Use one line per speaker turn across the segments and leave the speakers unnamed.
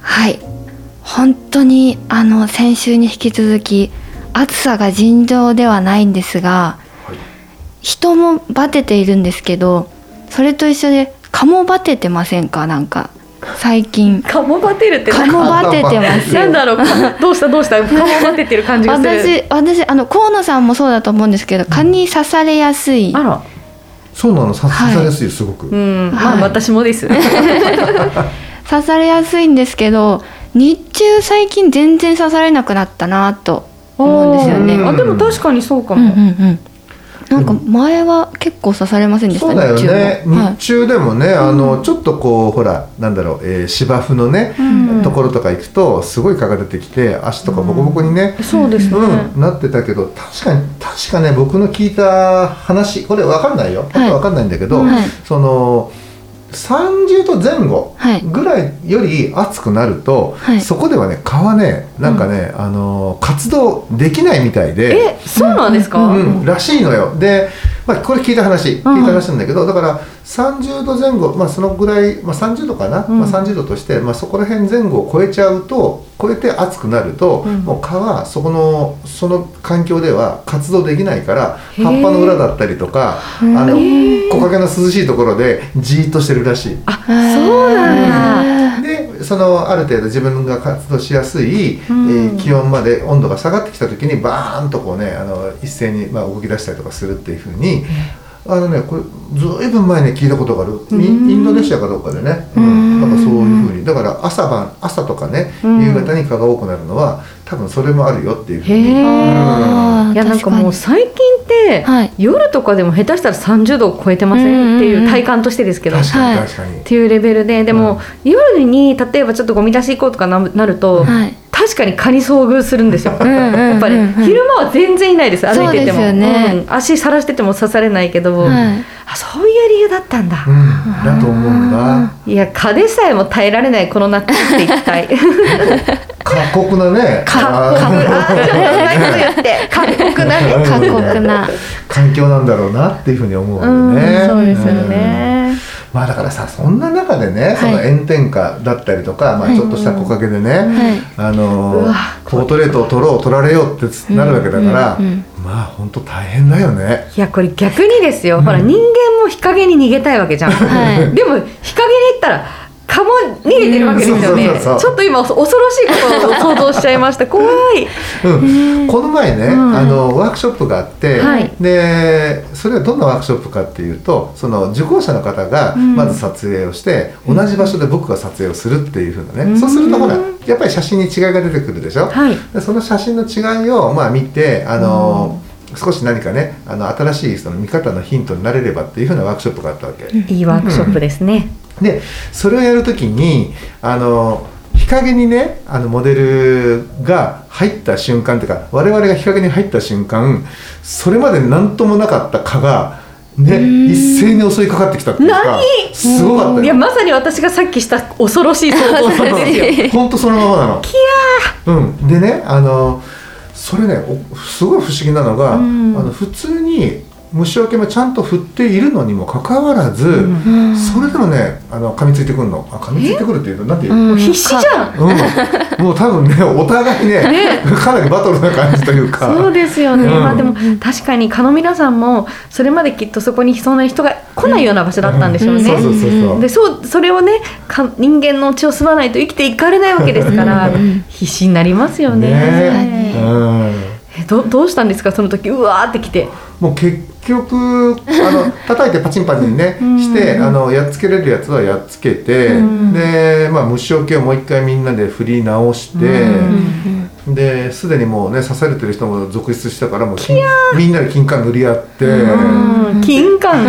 はい。本当にあの先週に引き続き暑さが尋常ではないんですが、人もバテているんですけど、それと一緒で蚊もバテてませんかなんか最 近。
かもばてるって
蚊
なんか
もバテてます
なん
よ。
だろ うかどうしたどうしたかもばててる感じがす
私
る
私あの河野さんもそうだと思うんですけど蚊に刺されやすい
あら
そうなの、さ
は
刺
い
されやすいよすごく。
うんまあ、
はい
私も です
刺されやすいんですけど日中最近全然刺されなくなったなと思うんですよね。
あーあでも確かにそうか
うんう
も、
んうん。なんか前は結構刺されませんでした
そうだよ
日中
ね。
もは
日中でもね、あのちょっとこうほらなんだろう、えー芝生のね、
うん
ところとか行くとすごい蚊が出てきて足とかボコボコにね、
そうですね、
うん、なってたけど確かに確かね僕の聞いた話これわかんないよ、本当わかんないんだけど、
はい
その30度前後
はい
ぐらいより暑くなると、
はい
そこではね蚊はねなんかね、あの活動できないみたいで、
えそうなんですか、
うん、らしいのよで、まあ、これ聞いた話聞いた話なんだけど、だから30度前後、まあ、そのぐらい、まあ、30度かな、
うん
まあ、30度として、まあ、そこら辺前後を超えちゃうと超えて暑くなると、
うん
もう蚊はそこのその環境では活動できないから
へー
葉っぱの裏だったりとかあの木陰の涼しいところでじーっとしてるらしい。
あそうなんだ
だ。
でそのある程度自分が活動しやすい、
うん
えー気温まで温度が下がってきた時にバーンとこうねあの一斉にまあ動き出したりとかするっていうふうに、あのねこれずいぶん前に聞いたことがあるインインドネシアかどっかでね、うん、なんかそういうふうにだから朝晩朝とかね
うん
夕方に蚊が多くなるのは多分それもあるよっていうふうに。
へー
あー
いやなんかもう
確
最近って、
はい
夜とかでも下手したら30度を超えてません、
うんうんうん
っていう体感としてですけど
確かに
はい
確かに
っ、ていうレベルででも、夜に例えばちょっとゴミ出し行こうとかななると、
かにはい。
確かに蚊に遭遇するんですよ、
うんうんうんうん
やっぱり昼間は全然いないです歩いてても
そうですよね
うん足さらしてても刺されないけど、
はい
あそういう理由だったんだ
う、ん、だと思うんだ
いや蚊でさえも耐えられないこの夏って一 体
過酷なね
過
あ
酷
ー
あーちょっと長く言って過酷な ね
過酷な。
環境なんだろうなっていうふうに思う
う
の
ん、
でね、
そうですよ
うん
ね、
まあだからさそんな中でね、
い
その炎天下だったりとか、ま
は
あ、
い
ちょっとした木陰でね、
い
あの
うわ
ーポートレートを撮ろう撮られようってつなるわけだから、
うんうん
まあ本当大変だよね。
いやこれ逆にですよ、ほら人間も日陰に逃げたいわけじゃん、
はい
でも日陰に行ったら蚊も逃げてるわけですよ
う
ね、
んそうそうそうそう
ちょっと今恐ろしいことを想像しちゃいました怖い
うん、この前ね、
ん
あのワークショップがあって、
はい
でそれはどんなワークショップかっていうとその受講者の方がまず撮影をして、同じ場所で僕が撮影をするっていうふうなね、そうするとほらやっぱり写真に違いが出てくるでしょ、
はい
でその写真の違いをまあ見てあの少し何かねあの新しいその見方のヒントになれればっていうふうなワークショップがあったわけ、
いいワークショップですね、
でそれをやるときにあの日陰にねあのモデルが入った瞬間っていうか我々が日陰に入った瞬間それまで何ともなかった蚊がね一斉に襲いかかってきたっていうか
何
すごかった
いや
よ。
まさに私がさっきした恐ろしい想像それですよ
本当そのままなの。うん、でねあのそれねおすごい不思議なのが、あの普通に虫除けもちゃんと振っているのにもかかわらず、それでもねあの噛みついてくるのあ噛みついてくるっていうとなんていう、
もう必死じゃん
うん、もう多分ねお互いねかなりバトルな感じというか
そうですよね、
うん
まあでも確かに蚊の皆さんもそれまできっとそこにそんなに人が来ないような場所だったんでしょうね、
そうそうそうそう
でそうそれをねか人間の血を吸わないと生きていかれないわけですから必死になりますよね。
ねえうん
えどどうしたんですかその時うわーってきて
もう結 局あの叩いてパチンパチンねしてあのやっつけれるやつはやっつけてで、まあ、虫除けをもう一回みんなで振り直してですでにもうね刺されてる人も続出したからもう金みんなで金管塗り合って
うん金管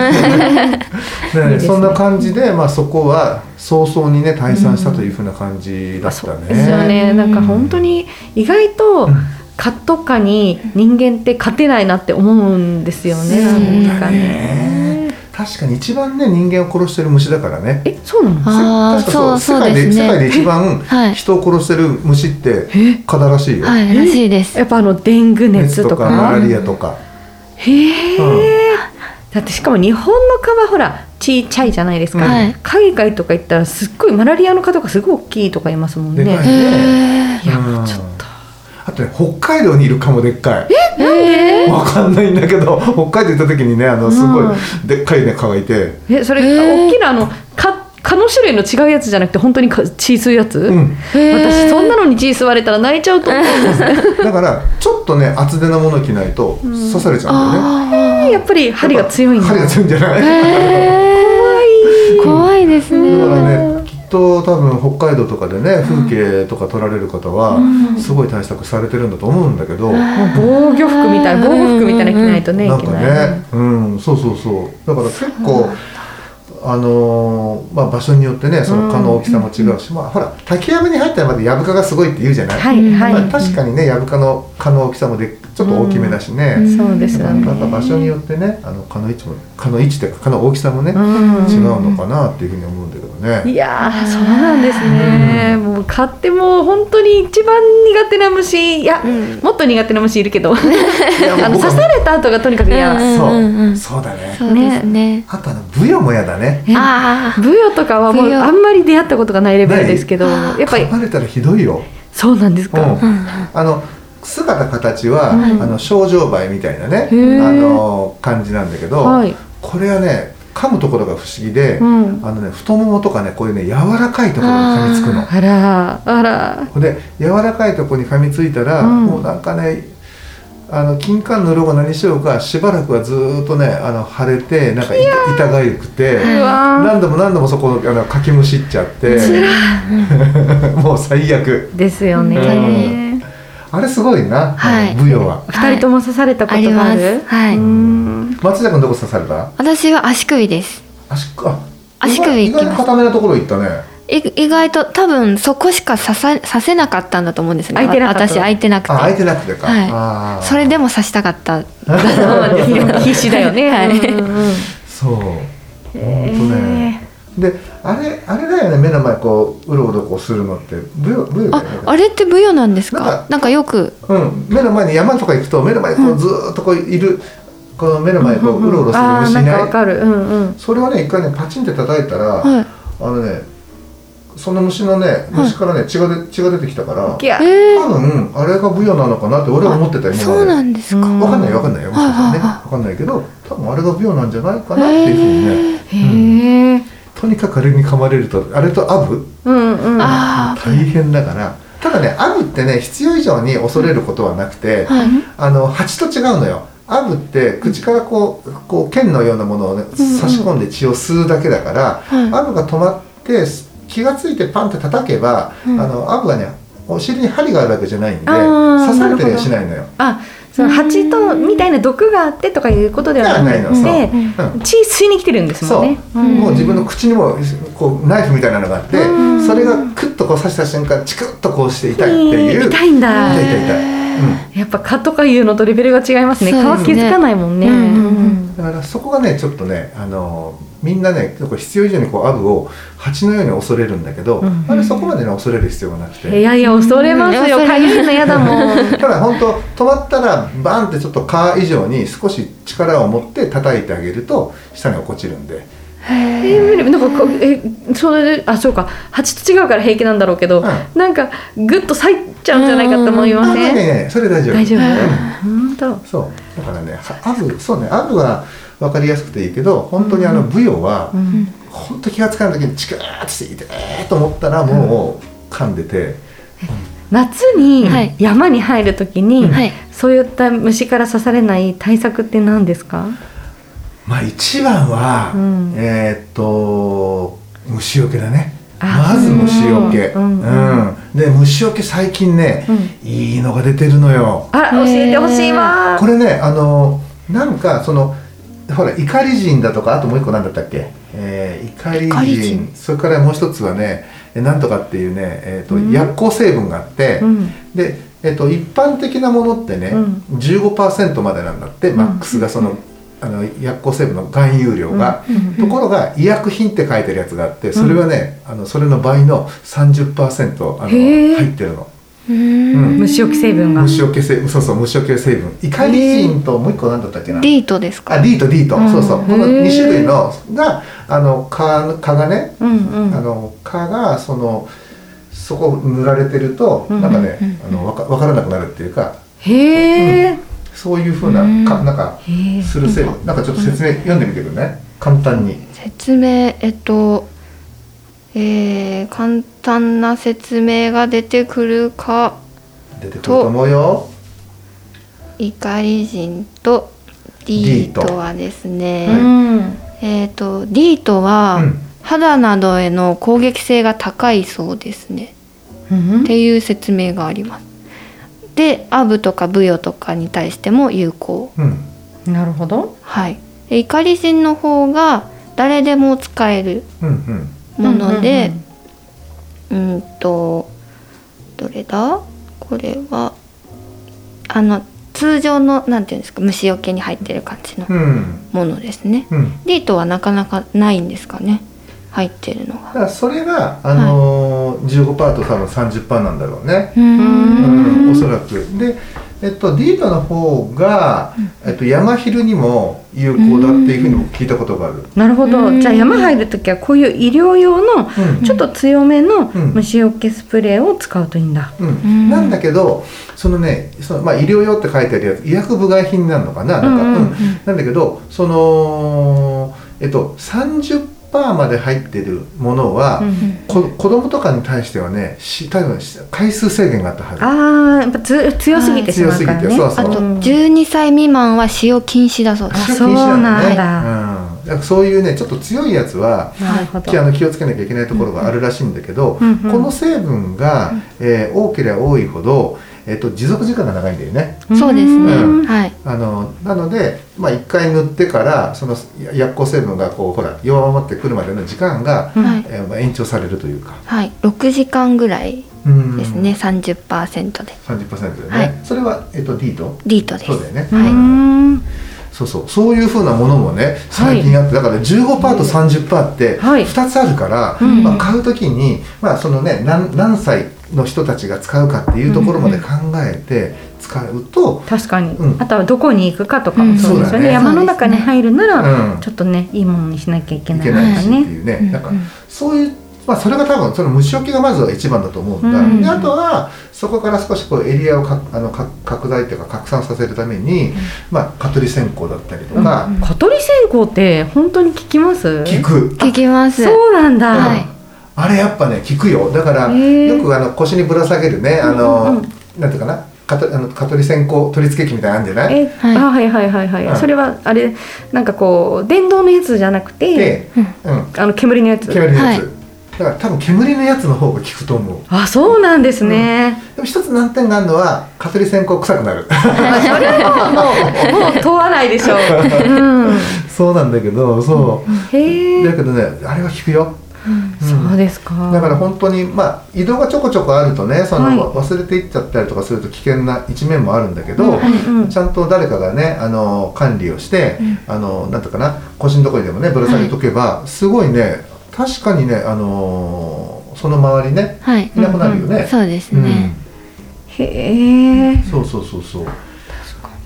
ねそんな感じで、まあ、そこは早々にね退散したというふうな感じだっ
そ
た
う
ね。
ですよねなんか本当に意外と
ん
蚊とかに人間って勝てないなって思うんですよね
そう
なんかね
ね確かに一番ね人間を殺してる虫だからね。
えそうなの
ああ
確か
そうそう
世界
です
世界で
ね
一番
はい
人を殺してる虫って蚊だらしいよ。
はいらしいです
やっぱあのデング熱
熱
と
とか
か
マラリアとか。
へえ、
う
だってしかも日本の蚊はほらちっちゃいじゃないですか、
はい
海外とか行ったらすっごいマラリアの蚊とかすごい大きいとかいますもんね
でかい
へ
ね
え
いやも
うん
うちょっと
あとね北海道にいる蚊もでっかい。
え
わかんないんだけど北海道行った時にねあのすごいでっかいね蚊がいて。
えそれ、
へー
大きなあの蚊蚊の種類の違うやつじゃなくて本当に蚊血吸うやつ、
うん。
私そんなのに血吸われたら泣いちゃうと思う
だからちょっとね厚手なもの着ないと刺されちゃうんだよね。
あ
やっぱり針が強いんだ
針が強いんじゃない。
ーへえ怖いです
だか
ね
らねきっと多分北海道とかでね風景とか撮られる方はすごい対策されてるんだと思うんだけど、な
防御服みたいな防護服みたいな着ないとねい
ん
け
か
ない、
ねうんそうそうそうだから結構あのーまあ、場所によってねその蚊の大きさも違うし、まあ、ほら竹やぶに入ったらまだヤブ蚊がすごいって言うじゃない、
はいはい、
まあ、確かにねヤブ蚊の蚊の大きさもでちょっと大きめだしね、
そうですよね
なんか場所によってねあの蚊の位置も蚊の位置っていうか蚊の大きさもね、違うのかなっていうふうに思うんだけどね。
いやーそうなんですね、もう買ってもう本当に一番苦手な虫いや、もっと苦手な虫いるけどあ
やもう
の
僕は
刺された後がとにかく嫌、
うん
そう、
うん
そうだね。
そうですね
あとあのブヨもやだね。
ああ
ブヨとかはも
ブ
う
ヨ
あんまり出会ったことがないレベルですけど
な
やっぱり
噛まれたらひどいよ。
そうなんです
うん。
か、
あの姿形は、あの症状梅みたいなね、
へー
あの感じなんだけど、
はい
これはね噛むところが不思議で、
うん
あのね太ももとかねこういうね柔らかいところに噛みつくの。
あらあら
で柔らかいところに噛みついたら、
うん
もうなんかねあの金管塗ろうが何しようかしばらくはずーっとねあの腫れてなんかい痛がゆくて
うわ
何度も何度もそこをあのかきむしっちゃって もう最悪
ーですよね、
うんあれすごいな、
はい
舞踊は
二人とも刺されたこ
あ
と
り
があ
ま
る
すは
う
い
ん
松下君どこ刺された
私は足首です
足あ
足首
意外意外
行きます
と固めのところ行ったね
い意外と多分そこしか刺さ刺せなかったんだと思うんですね
空いてなかった
私空いてなくて
あ空いてなくてか、
はい
あー
それでも刺したかった
必死だよね、
はい
うんうんうん
そう本当ね
へ
であれあれだよね目の前こううろうろこうするのって舞踊舞踊だよ
あ
ね
あれってブヨなんです
なん
か
か
なんかよく
うん、目の前に山とか行くと目の前にこうずーっとこういる、この目の前にこううろうろする
あ
虫
ー
いな
ないんかわかるうんうん
それをね一回ねパチンって叩いたら、
はい
あのねその虫のね虫からね血がで血が出てきたから
いや
えー
多分あれがブヨなのかなって俺は思ってたよ今
そうなんですか
分かんない分かんないよもしかしたらね
はいはいは
分かんないけど多分あれがブヨなんじゃないかなっていうふうにね
へえ、
とにかくあれに噛まれるとあれとアブ
うんうん
あ
大変だからただねアブってね必要以上に恐れることはなくて、
あはい
あの蜂と違うのよアブって口からこうこう剣のようなものを、ね、差し込んで血を吸うだけだから、
はい
アブが止まってす気がついてパンって叩けば、あのアブがねお尻に針があるわけじゃないんで
あー
刺されてりはしないのよ。
あその蜂とみたいな毒があってとかいうことで
じゃ
は
あな
ない
の
く
そう、
て
うん
血吸いに来てるんですも
そ
ん
う、
ね
もう自分の口にもこうナイフみたいなのがあって、それがクッとこう刺した瞬間チクッとこうして痛いっていう
痛いんだ
痛い痛い痛い、うん、
やっぱ蚊とかいうのとレベルが違いますね
そう
蚊
で
は
すね
気づかないもんね
うんうんう
だからそこがねちょっとねあのみんなねこう必要以上にこうアブを蜂のように恐れるんだけど、あれそこまでね恐れる必要がなく
い
て。
やいや恐れますよ
うん
かゆいの嫌だもん
ただ本当止まったらバンってちょっと蚊以上に少し力を持って叩いてあげると下に落っこちるんで
え無理なんかこうえそれであそうか蜂と違うから平気なんだろうけど、
うん
なんかグッと裂いちゃうんじゃないかと思い
あ
ませ
ね
ん、
ねそれ大丈夫
大丈夫
うん
本当
そうだからねはアブそうねアブは分かりやすくていいけど本当にあのブヨは、本当気がつかない時にチクーッとして痛いと思ったらもう噛んでて、
夏に
はい
山に入るときに、
はい
そういった虫から刺されない対策って何ですか？
まあ一番は、
うん
えーっと虫除けだね
あ
まず虫除け、
う
うんんで虫除け最近ね、いいのが出てるのよ
あら教えてほしいわ。
これねあのなんかそのほら怒り人だとかあともう一個なんだったっけ、えー、怒り人
怒り人
それからもう一つはねえなんとかっていうね、えーっと薬効成分があって、
うん
で、えっと、一般的なものってね、
うん
15%までなんだって、マックスがその,、あの薬効成分の含有量が、ところが医薬品って書いてるやつがあってそれはね、あのそれの倍の30%あの
へー
入ってるの。
うん
虫除け成分が。
虫除け成分そうそう虫除け成分怒り菌ともう一個なんだったっけな
デートですか
あ D と D と、
うん
そうそうこの
へー
2種類のがあの蚊蚊がね
うんうん。
あの蚊がそのそこ塗られてると、
うん
なんかね、あのわかわからなくなるっていうか
へえ。
そういうふうなかなんか
へえ。
する成分なんかちょっと説明読んでみてくるね簡単に
説明えっとえー、簡単な説明が出てくるか
出てくると思うよ
怒り人と D とはですね、
うん。
えっ、と D とは
うん
肌などへの攻撃性が高いそうですね、
うん
っていう説明がありますでアブとかブヨとかに対しても有効
うん
なるほど。
はいで怒り人の方が誰でも使える
うんうん
ものでうん,、とどれだこれはあの通常のなんていうんですか虫除けに入ってる感じの
うん
ものですね、
うん
デートはなかなかないんですかね入ってる
だ
のが
からそれが、あのー15%と多分30%なんだろうね、
うー
うんん、おそらくで、えっと、ディートの方が、えっと、山昼にも有効だっていうふうに僕聞いたことがある、
なるほ
う
ど。
ん
じゃあ山入るときはこういう医療用の
うん
ちょっと強めの
うん
虫除けスプレーを使うといいんだ。
うん
ん
なんだけどそのねその、まあ、医療用って書いてあるやつ医薬部外品なのかななんか、
うんうんうん
うんなんだけどそのえっと30%まで入ってるものは、
うん
こ子供とかに対してはねし多分し回数制限があったはず。
ああ、やっぱつ強すぎてしまうから
強すぎて。
ね
そう
あと
うん
12歳未満は使用禁止だそうです
あそうなんだ
うん、だからそういうねちょっと強いやつは
なるほど
き。あの気をつけなきゃいけないところがあるらしいんだけど、
うんうん
この成分が、えー多ければ多いほど、えっと持続時間が長いんだよね。
そうですね、
うん
はい
あのなので、まあ、1回塗ってからそのや薬効成分がこうほら弱まってくるまでの時間が、
うん
はい、
えーまあ延長されるというか、
はい、6時間ぐらい
うん
ですね、30%で
30%でね、
はい
それは、えっと D と
デートです
そうだよね、
うーん
そうそうそういうふうなものもね最近あって、だから15%と30%って
はい
2つあるから、
うん
まあ、買う時に、まあそのね、何何歳の人たちが使うかっていうところまで考えて使うと、
確かに、
うん
あとはどこに行くかとかもそうですよね,、
うん
山の中
そ
に
うですね
入るなら、
うん
ちょっとねいいものにしなきゃいけ
い
ない
け
と
ない
か
しって
ね
いうね、
うん
なんか
うん
そういう、まあ、それが多分その虫除けがまずは一番だと思うんだ、
うん
であとはそこから少しこうエリアをかあのか拡大というか拡散させるために、まあ、蚊取り線香だったりとか、
蚊取り線香って本当に効きます
聞く。
聞きます
そうなんだ、
はい
あれやっぱね効くよだから
へー
よくあの腰にぶら下げるねあ
うん
の、
うん
なんていうかなかとあの蚊取り線香取り付け器みたいなのあるんじゃない
え
はい
あはいはいはいはい、
うん
それはあれなんかこう電動のやつじゃなくて、
で、
うん
うん、
あの煙のやつ
煙のやつ、
は
だから多分煙のやつの方が効くと思う
あそうなんですね、
でも一つ難点があるのは蚊取り線香臭くなる
あそれはもうもうもう問わないでし ょう、うん、
そうなんだけどそう、
へえ、
だけどねあれは効くよ、
そうですか
だから本当にまあ移動がちょこちょこあるとねその、
はい
忘れていっちゃったりとかすると危険な一面もあるんだけど、
うんうん
ちゃんと誰かがねあの管理をして、あのなんとかな腰のところにでもねぶら下げとけば、すごいね確かにねあのーその周りね
はい
いなくなるよね、
そうですね、
へえ
そうそうそうそう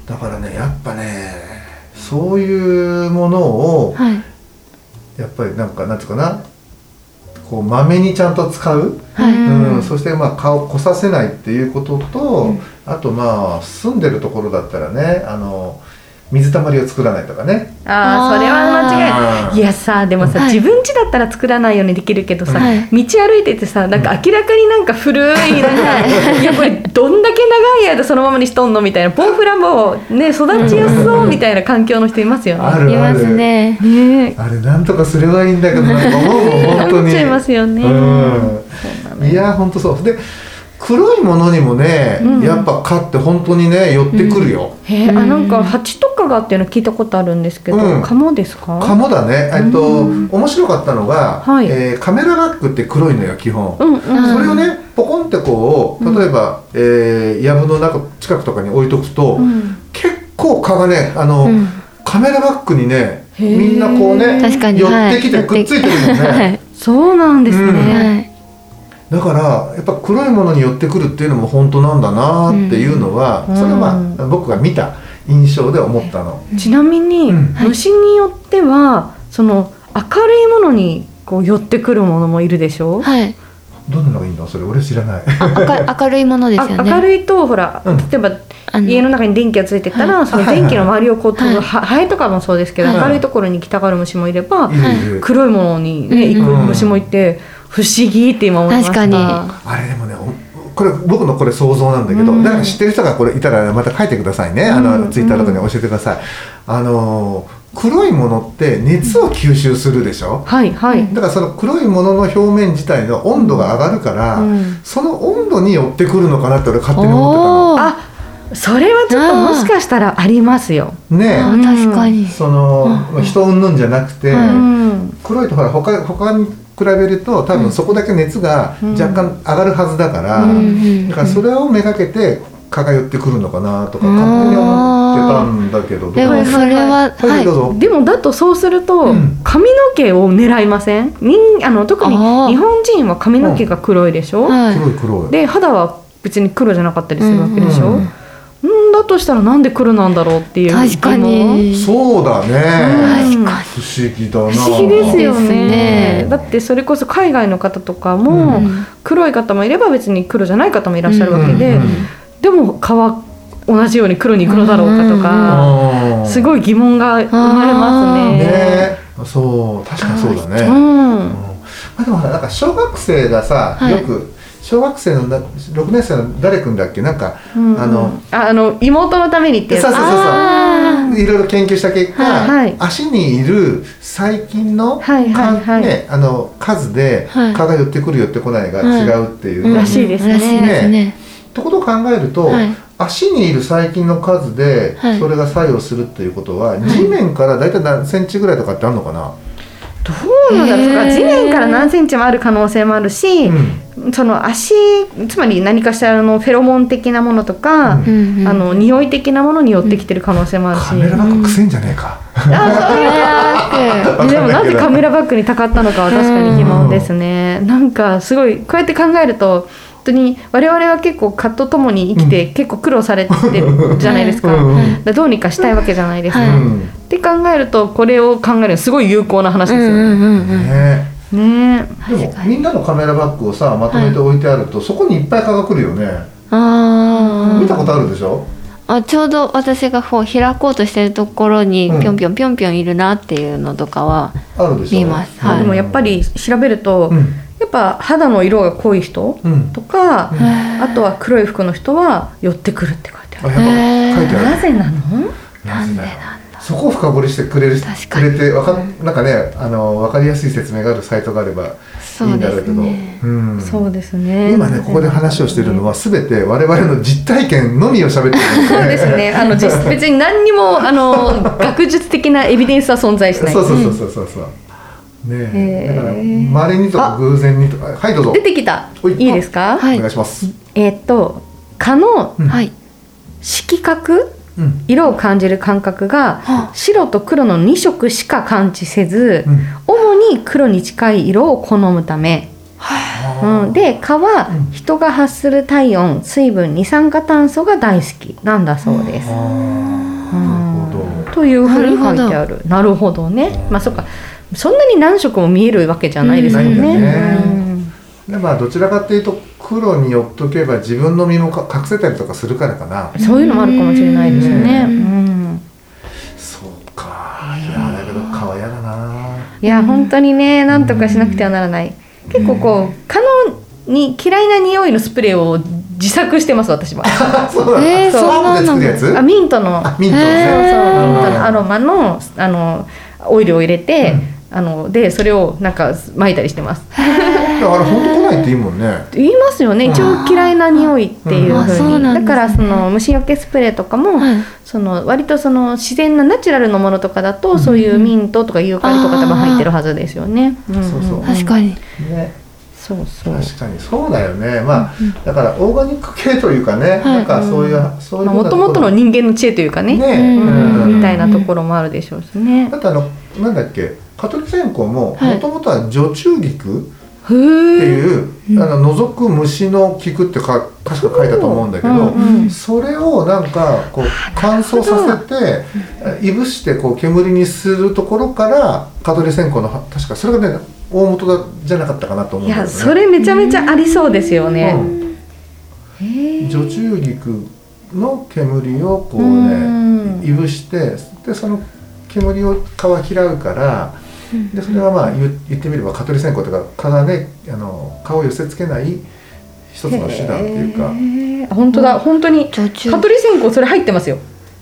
だからねやっぱねそういうものを、
はい
やっぱりなんかなんていうかなこうまめにちゃんと使う、
はい、
うんそしてまあ顔こさせないっていうことと、あとまあ住んでるところだったらねあの水たまりを作らないとかね
ああそれは間違いない
あー
いやさでもさ、
はい
自分家だっったら作らないようにできるけどさ、
はい
道歩いててさなんか明らかになんか古いなんか、いやこれどんだけ長い間そのままにしとんのみたいなボンフラもね育ちやすそうみたいな環境の人いますよ
あ
ね。
い
るあ
ます
る、
ね。
ねえ
あれなんとかすればいいんだけどなんか思うもん本当
思
に
っちゃいますよね。
うん、いや本当そうで黒いものにもね、やっぱ蚊って本当にね寄ってくるよ、
へえあなんか蜂とかがっていうの聞いたことあるんですけど、
うん
カモですか？
カモだねえっと、面白かったのが、
はい
えーカメララックって黒いのよ基本、
うんうん。
それをねポコンってこう例えば、えー藪の中近くとかに置いとくと、
ん
結構蚊がねあの、
うん
カメラバッグにね
へー
みんなこうね
確かに
寄
は
っ
い
てきてくっついてるもんね、
はい
そうなんです
うん
ね。
はい。
だからやっぱ黒いものに寄ってくるっていうのも本当なんだなっていうのは、
うん
それはまあ、
う
僕が見た印象で思ったの。
ちなみに、
うん
虫によってはその明るいものにこう寄ってくるものもいるでしょ、
はい。
どんなのがいいのそれ俺知らない。
あ明明るいものですよ
あ
ね。
明るいとほら、
うん
例えば
あの
家の中に電気がついてたら、その電気の周りをこう飛ぶ、
はい
はハエとかもそうですけど、
はい
明るいところに来たがる虫もいれば、
いるいる。
黒いものに、ね
うん
行く虫もいて不思議って今思いました
確かに
あれでもね、おこれ僕のこれ想像なんだけど、
うん
だから知ってる人がこれいたらまた書いてくださいね。あ
う
の
ん
ツイッターとかに教えてください。あのー黒いものって熱を吸収するでしょ。
はいはい、
だからその黒いものの表面自体の温度が上がるから、
うん
その温度に寄ってくるのかなって俺勝手に思ってたの。
おー
あそれはちょっともしかしたらありますよ、
ねえ。
あ
うん
確かに。
その、まあ人云々じゃなくて、
うん、
黒いとほら他他に比べると多分そこだけ熱が若干上がるはずだから、
うん
うん
だからそれをめがけて蚊が寄ってくるのかなとか勝手に思ってたんだけど
で
どう
もそれは
は
はいい
どう。ぞ、
でもだとそうすると、
うん
髪の毛を狙いません人あの特に
あー
日本人は髪の毛が黒いでしょ、
は
黒い黒い
で肌は別に黒じゃなかったりするわけでし
う
ょ、うんんだとしたらなんで黒なんだろうっていう
い。確か
疑問
に。
そうだね、
う
確
ん
か
不思議だな
不思議ですよ
です
ね
ね
だってそれこそ海外の方とかも、
うん
黒い方もいれば別に黒じゃない方もいらっしゃるわけで、
うん
でも皮同じように黒に行くのだろうかと
う
か、
ん
すごい疑問が生まれますね。
ねそう確かにそうだね、
うん
まあ、でもほらなんか小学生がさ、
はい
よく小学生のな6年生の誰くんだっけなんか、
うん
あの
ああの妹のためにってやつ
そうそうそうそう
あ
いろいろ研究した結果、
はいはい
足にいる細菌の,、
はいはいはい
ね、あの数で
はい
蚊が寄ってくる寄ってこないが違うっていう
ー
の、
ら
っ
しいですね
らしいですね。
てことを考えると、
はい
足にいる細菌の数で
はい
それが作用するっていうことは、地面から大体何センチぐらいとかってあるのかな、
どうなんだろう、
へー
地面から何センチもある可能性もあるし、その足つまり何かしらのフェロモン的なものとか、
うん
うんうん
あの匂い的なものに寄ってきてる可能性もあるし、
カメラバッグくせんじゃねえか、わかんないけど
早く
でもなんでカメラバッグにたかったのかは確かに疑問ですね、なんかすごいこうやって考えると本当に我々は結構カットともに生きて結構苦労されてるじゃないですか,、
うんうん
どうにかしたいわけじゃないですか、
はいうん
うん
って考えるとこれを考えるのすごい有効な話
う
で
ん
すよね。
うんうんうん。
ね
ね
でも
確かに
みんなのカメラバッグをさまとめて置いてあると、そこにいっぱい蚊が来るよね、
あ
見
ー
たことあるでしょ
あちょうど私がこう開こうとしてるところに
うん
ぴょんぴょんぴょんぴょんいるなっていうのとかは、
あるでしょ
見ます
あ
はい
でもやっぱ、り調べると、
うん
やっぱ肌の色が濃い人
うん
とか、
うん
あとは黒い服の人は寄ってくるって書いて
あ
あ
や
る。
っぱ
へー
書いてある
なぜなの
なぜだよそこを深掘りしてくれる
確
く
かに
れてわかんなんかねあのわかりやすい説明があるサイトがあればいいんだろうけど
そうですね
うん
そうですね。
今ねここで話をしているのは全て我々の実体験のみを喋ってるん
そうですね。 あの実別に何にもあの学術的なエビデンスは存在しない
そ。うそうそうそうそうそうねえ
へー
だから周りにとか偶然にとかはいどうぞ
出てきた。
はい
いいですか？
はい
お願いします
えーっと蚊の
うん
はい
色覚、
うん
色を感じる感覚が
は
白と黒の2色しか感知せず、
うん
主に黒に近い色を好むため。うん、で蚊は
うん
人が発する体温水分二酸化炭素が大好きなんだそうです。
あーなるほど
というふうに書いてある。なるほどね。まあそっかそんなに何色も見えるわけじゃないですよ
うんないよね
ね。
でまあどちらかっていうと黒に寄っとけば自分の身もか隠せたりとかするからかな
うんそういうのもあるかもしれないですね。
う
うん
そうかいやだけど顔嫌だな
いや本当にねなんとかしなくてはならない結構こう可能に嫌いな匂いのスプレーを自作してます 私は
そうなんだ
えー
そう
そんなの
ハーブで作るやつ
あミントの
あミント
そうそう
ね
ミン
へー
トのアロマのあのオイルを入れて、あのでそれをなんか撒いたりしてます
だから本当来ないっていいもんね
言いますよね一応嫌いな匂いっていう
あー
風
そう
に、
なんです
だ
ね
からその虫除けスプレーとかも、
はい
その割とその自然なナチュラルのものとかだと、そういうミントとかユーカリとか多分入ってるはずですよね、うんん
そうそう
確かに
ね
そうそう
確かにそうだよねまあだからオーガニック系というかね、なんかそういう、そういう
まあ
ふう
も
な
と
ころ
もとの人間の知恵というかね
ね
うん
うん
みたいなところもあるでしょうしね
だ。ってあのなんだっけカトリセンコも
はい
もともとは除虫菊
ふ
って
ー
いう、あの除く虫の菊ってか確か書いたと思うんだけど、
うんうん
それをなんかこう乾燥させてえいぶしてこう煙にするところからカトリセンコの確かそれがね大元だじゃなかったかなと思う
い
んだよ
や
ね。
それめちゃめちゃありそうですよね。
うん、除虫菊の煙をこう
うん
ねいぶしてでその煙を乾きらうからでそれはまあ言う言ってみれば蚊取り線香とか蚊がねあの顔を寄せつけない一つの手段っていうか、
へー本当だ本当に
除虫
蚊取り線香それ入ってますよ。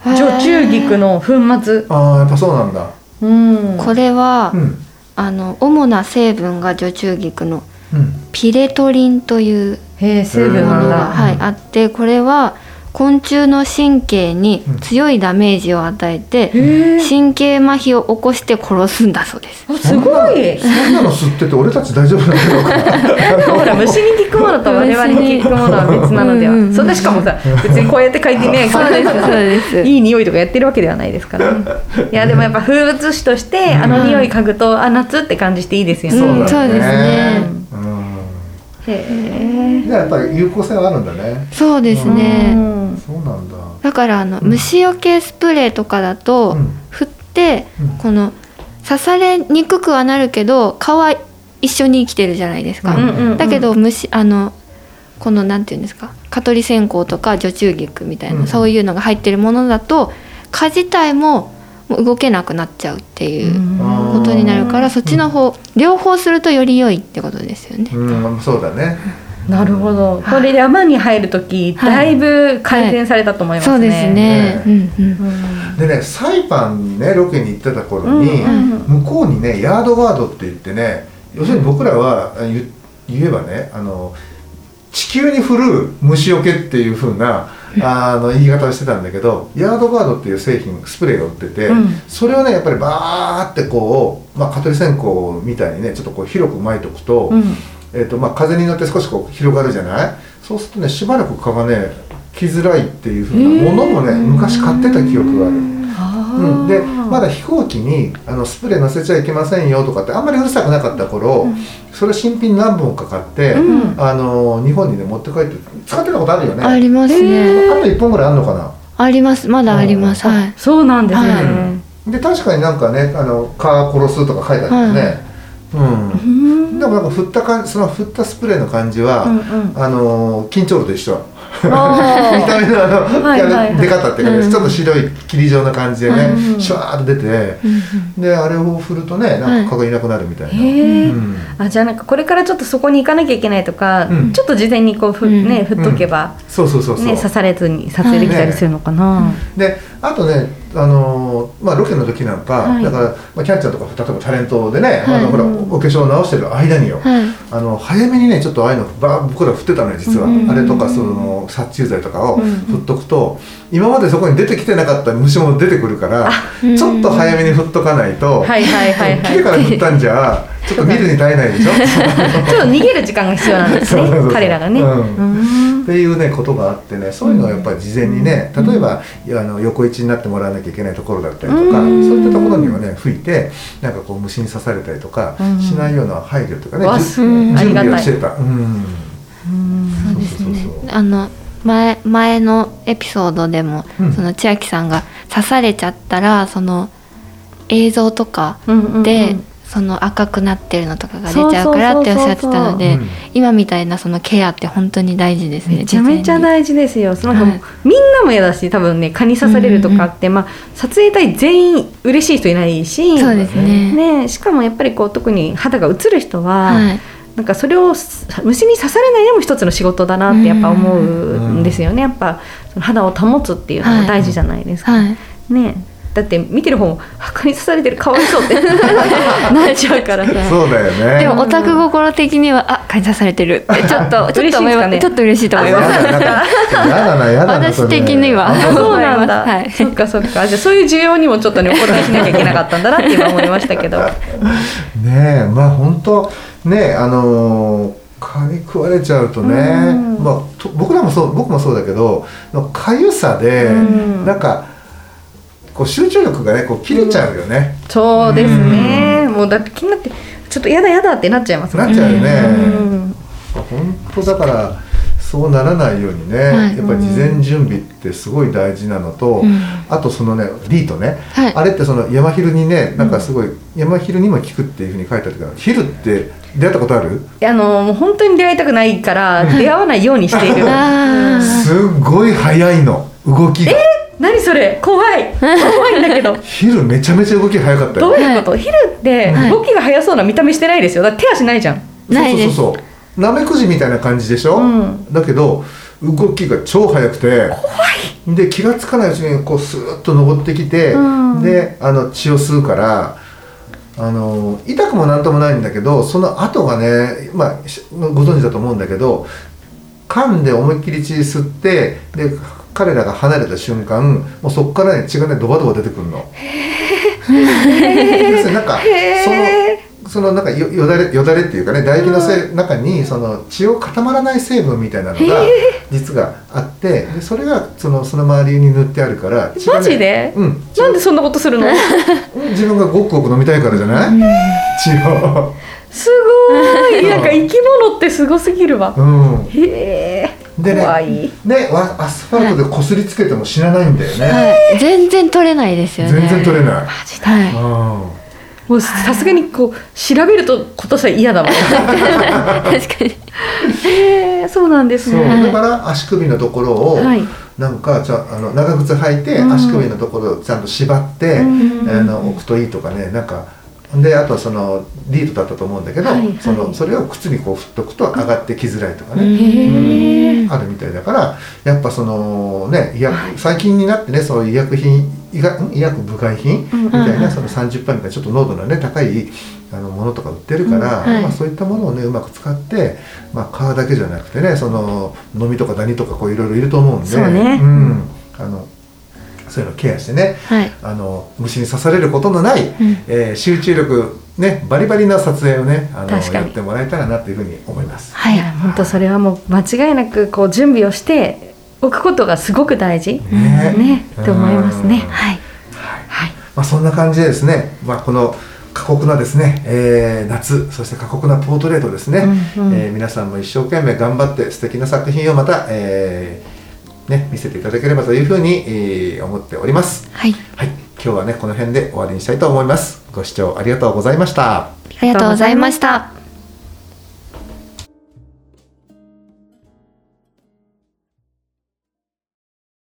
へー
除虫菊の粉末。
ああやっぱそうなんだ
うん。
これは、
うん
あの主な成分が除虫菊の
うん
ピレトリンという
へえ成分なん
の
だ。
が、はい、あってこれは昆虫の神経に強いダメージを与えて、
へえ。
神経麻痺を起こして殺すんだそうです。
あすごい。
そんなの吸ってて俺たち大丈夫なのかな
ほら虫に効くものと我々に効くものは別なのでは
虫に
そんなしかもさ別にこうやって書いてね
そうですそうです
いい匂いとかやってるわけではないですからねいやでもやっぱ風物詩としてあの匂い嗅ぐとあ夏って感じしていいですよ
そう
ね。
だ
そう
よね
ですね
うん
へえ。
じゃあやっぱり有効性はあるんだね
そうですね。
うん
そうなんだ
だからあの虫除けスプレーとかだと、
うん
振って、
うん
この刺されにくくはなるけど蚊は一緒に生きてるじゃないですか、
うん
うんうん
だけど虫あのこのなんていうんですか蚊取り線香とか除虫菊みたいな、
うん
そういうのが入ってるものだと蚊自体ももう動けなくなっちゃうっていう
こ
ことになるから、そっちの方、両方するとより良いってことですよね。
うんそうだね
なるほど。これ山に入るとき、
はい
だいぶ改善されたと思いますね。
そうですね
ね、
うんうん
でねサイパンにねロケに行ってた頃に、
うん
向こうにねヤードワードって言ってね要するに僕らはあ言言えばねあの地球に降る虫除けっていう風なあの言い方をしてたんだけどヤードガードっていう製品スプレーが売ってて、
うん
それをねやっぱりバーってこう、まあ、蚊取り線香みたいにねちょっとこう広く巻いとくと,、
うん
えっとまあ、風に乗って少しこう広がるじゃないそうするとねしばらく蚊がね来づらいっていう風なものもね昔買ってた記憶がある。うん、でまだ飛行機にあのスプレー乗せちゃいけませんよとかってあんまりうるさくなかった頃、それ新品何本か買って、
う
あのー日本にね持って帰って使ってたことあるよね
ありますね、
あと1本ぐらいあるのかな
ありますまだあります、はい
そうなんですね。
はい
で確かになんかね「あの蚊殺す」とか書いてあったよね、うん、でもなんか振った感じその振ったスプレーの感じは、
うんうん
あのー緊張度と一緒
あー
見た目のあの、
はいはいはい
やる出方っていうかね、ちょっと白い霧状な感じでね、シュワーッと出て、であれを振るとねなんか蚊がいなくなるみたいな、
へえ、
うん
あじゃあなんかこれからちょっとそこに行かなきゃいけないとか、
うん
ちょっと事前にこうふ、
うん
ね振っとけば、
そうそうそうそう、
ね刺されずに撮影できたりするのかな。
であとね、あのーまあ、ロケの時なんか、
はい
だから、まあ、キャンちゃんとか例えばタレントでね、あ
はい
のほらおお化粧直してる間によ、
はい
あの早めにねちょっとああいうのば僕ら振ってたのよ実は、あれとかその殺虫剤とかを振っとくと、今までそこに出てきてなかった虫も出てくるから、ちょっと早めに振っとかないと、
はいはいはい
切れ
は
から振ったんじゃちょっと見るに耐えないで しょ
い。ちょっと逃げる時間が必要なんです
そうそうそ
ね。
う
彼らがね。
うん
うん
っていうねことがあってねそういうのはやっぱり事前にね、例えばいやあの横位置になってもらわなきゃいけないところだったりとか、そういったところにはね吹いてなんかこう虫に刺されたりとかしないような配慮とかね、
わ
じゅ
すうん
準
あり
備
が
を
たい
してた。うん
そうですね
そうそうそう
あの前前のエピソードでも、
うん
その千秋さんが刺されちゃったらその映像とか
うんうんうん
で、その赤くなってるのとかが出ちゃうからっておっしゃってたので
そうそうそうそう
今みたいなそのケアって本当に大事ですね
めちゃめちゃ
事
大事ですよなんかもう、
はい
みんなも嫌だし多分ね蚊に刺されるとかって、まあ、撮影隊全員嬉しい人いないし
前にそうですね
ね、しかもやっぱりこう特に肌が映る人は、
はい
なんかそれをす虫に刺されないのも一つの仕事だなってやっぱ思うんですよね、やっぱその肌を保つっていうのが大事じゃないですか、
はい
ねだって見てる方もあ蚊に刺されてるかわい そうって なっちゃうからさ
そうだよね
でもオタク心的にはあ感謝されてるってちょっ とちょっと思いま
嬉しいですかね
ちょっと嬉しいと思い
や
ま
だ
す
なやだなや だな
私的には
それ
あそうなんだ、
はい
そっかそっかじゃあそういう需要にもちょっとねお答えしなきゃいけなかったんだなって今思いましたけど
ねえまあ本当ねあのー蚊に食われちゃうとね、
うん
まあ、と僕らもそう僕もそうだけどのかゆさで、
うん
なんかこう集中力がねこう切れちゃうよね、
そうですねもうだって気になってちょっとやだやだってなっちゃいますもん
なっちゃうよね、
うん
本当だからそうならないようにね、
はい
やっぱり事前準備ってすごい大事なのと、
うん
あとそのねリートね、
はい
あれってその山昼にねなんかすごい山昼にも効くっていうふうに書いてあるけど昼って出会ったことある
いやあのもう本当に出会いたくないから出会わないようにしている
あー
すっごい早いの動きが
何それ怖い怖いんだけど
昼めちゃめちゃ動き早かった
どう
よ
いうこと、昼って
はい
動きが速そうな見た目してないですよだって手足ないじゃん
ないです
そうそうそうそうなめくじみたいな感じでしょ、
うん
だけど動きが超速くてで気がつかないうちにこうスーッと登ってきて、
うん
であの血を吸うからあの痛くもなんともないんだけどその後がね、まあ、しご存知だと思うんだけど噛んで思いっきり血吸ってで彼らが離れた瞬間もうそこからね血がねドバドバ出てくるの。要するになんか
へ
そのそのなんかよよだれよだれっていうかね唾液のせ、中にその血を固まらない成分みたいなのが実があってでそれがそのその周りに塗ってあるから血がね
マジで
うん
なんでそんなことするの
自分がごくごく飲みたいからじゃない、血を
すごいなんか生き物ってすごすぎるわ
うん
へえ
でね
怖い
ねわアスファルトでこすりつけても死なないんだよね、
はい全然取れないですよね
全然取れない、
はい
うん
もうさすがにこう調べるとことさえ嫌だもん
確かに
へえそうなんです
そう
ね
だから足首のところを、
はい
なんかちゃんあの長靴履いて、
うん
足首のところをちゃんと縛って、
うん
あの置くといいとかねなんかであとはそのリードだったと思うんだけど、
はいはい
そのそれを靴にこう振っとくと上がってきづらいとか
へ
ね、
え
あるみたいだからやっぱそのね医薬最近になってねそういう医薬品医学ん医薬部外品み
うん
たい
うんう
なんその30分みたいなちょっと濃度のね高いあのものとか売ってるから、
うんはい
まあ、そういったものをねうまく使って、まあ、皮だけじゃなくてねその飲みとかダニとかこういろいろいると思うんで
そうね
ん、あのそういうのケアしてね
はい
あの虫に刺されることのない、
ん
えー集中力ねバリバリな撮影をねあの
確かに
やってもらえたらなというふうに思います。
はい
いや本当それはもう間違いなくこう準備をしておくことがすごく大事
ね
ねって思いますね
うん
はい
はい
まあ、そんな感じでですね、まあ、この過酷なですね、えー夏そして過酷なポートレートですね、
うんうん
えー皆さんも一生懸命頑張って素敵な作品をまた、えーね、見せていただければというふうに、えー思っております。
はい
はい、今日はねこの辺で終わりにしたいと思います。ご視聴ありがとうございました。
ありがとうございました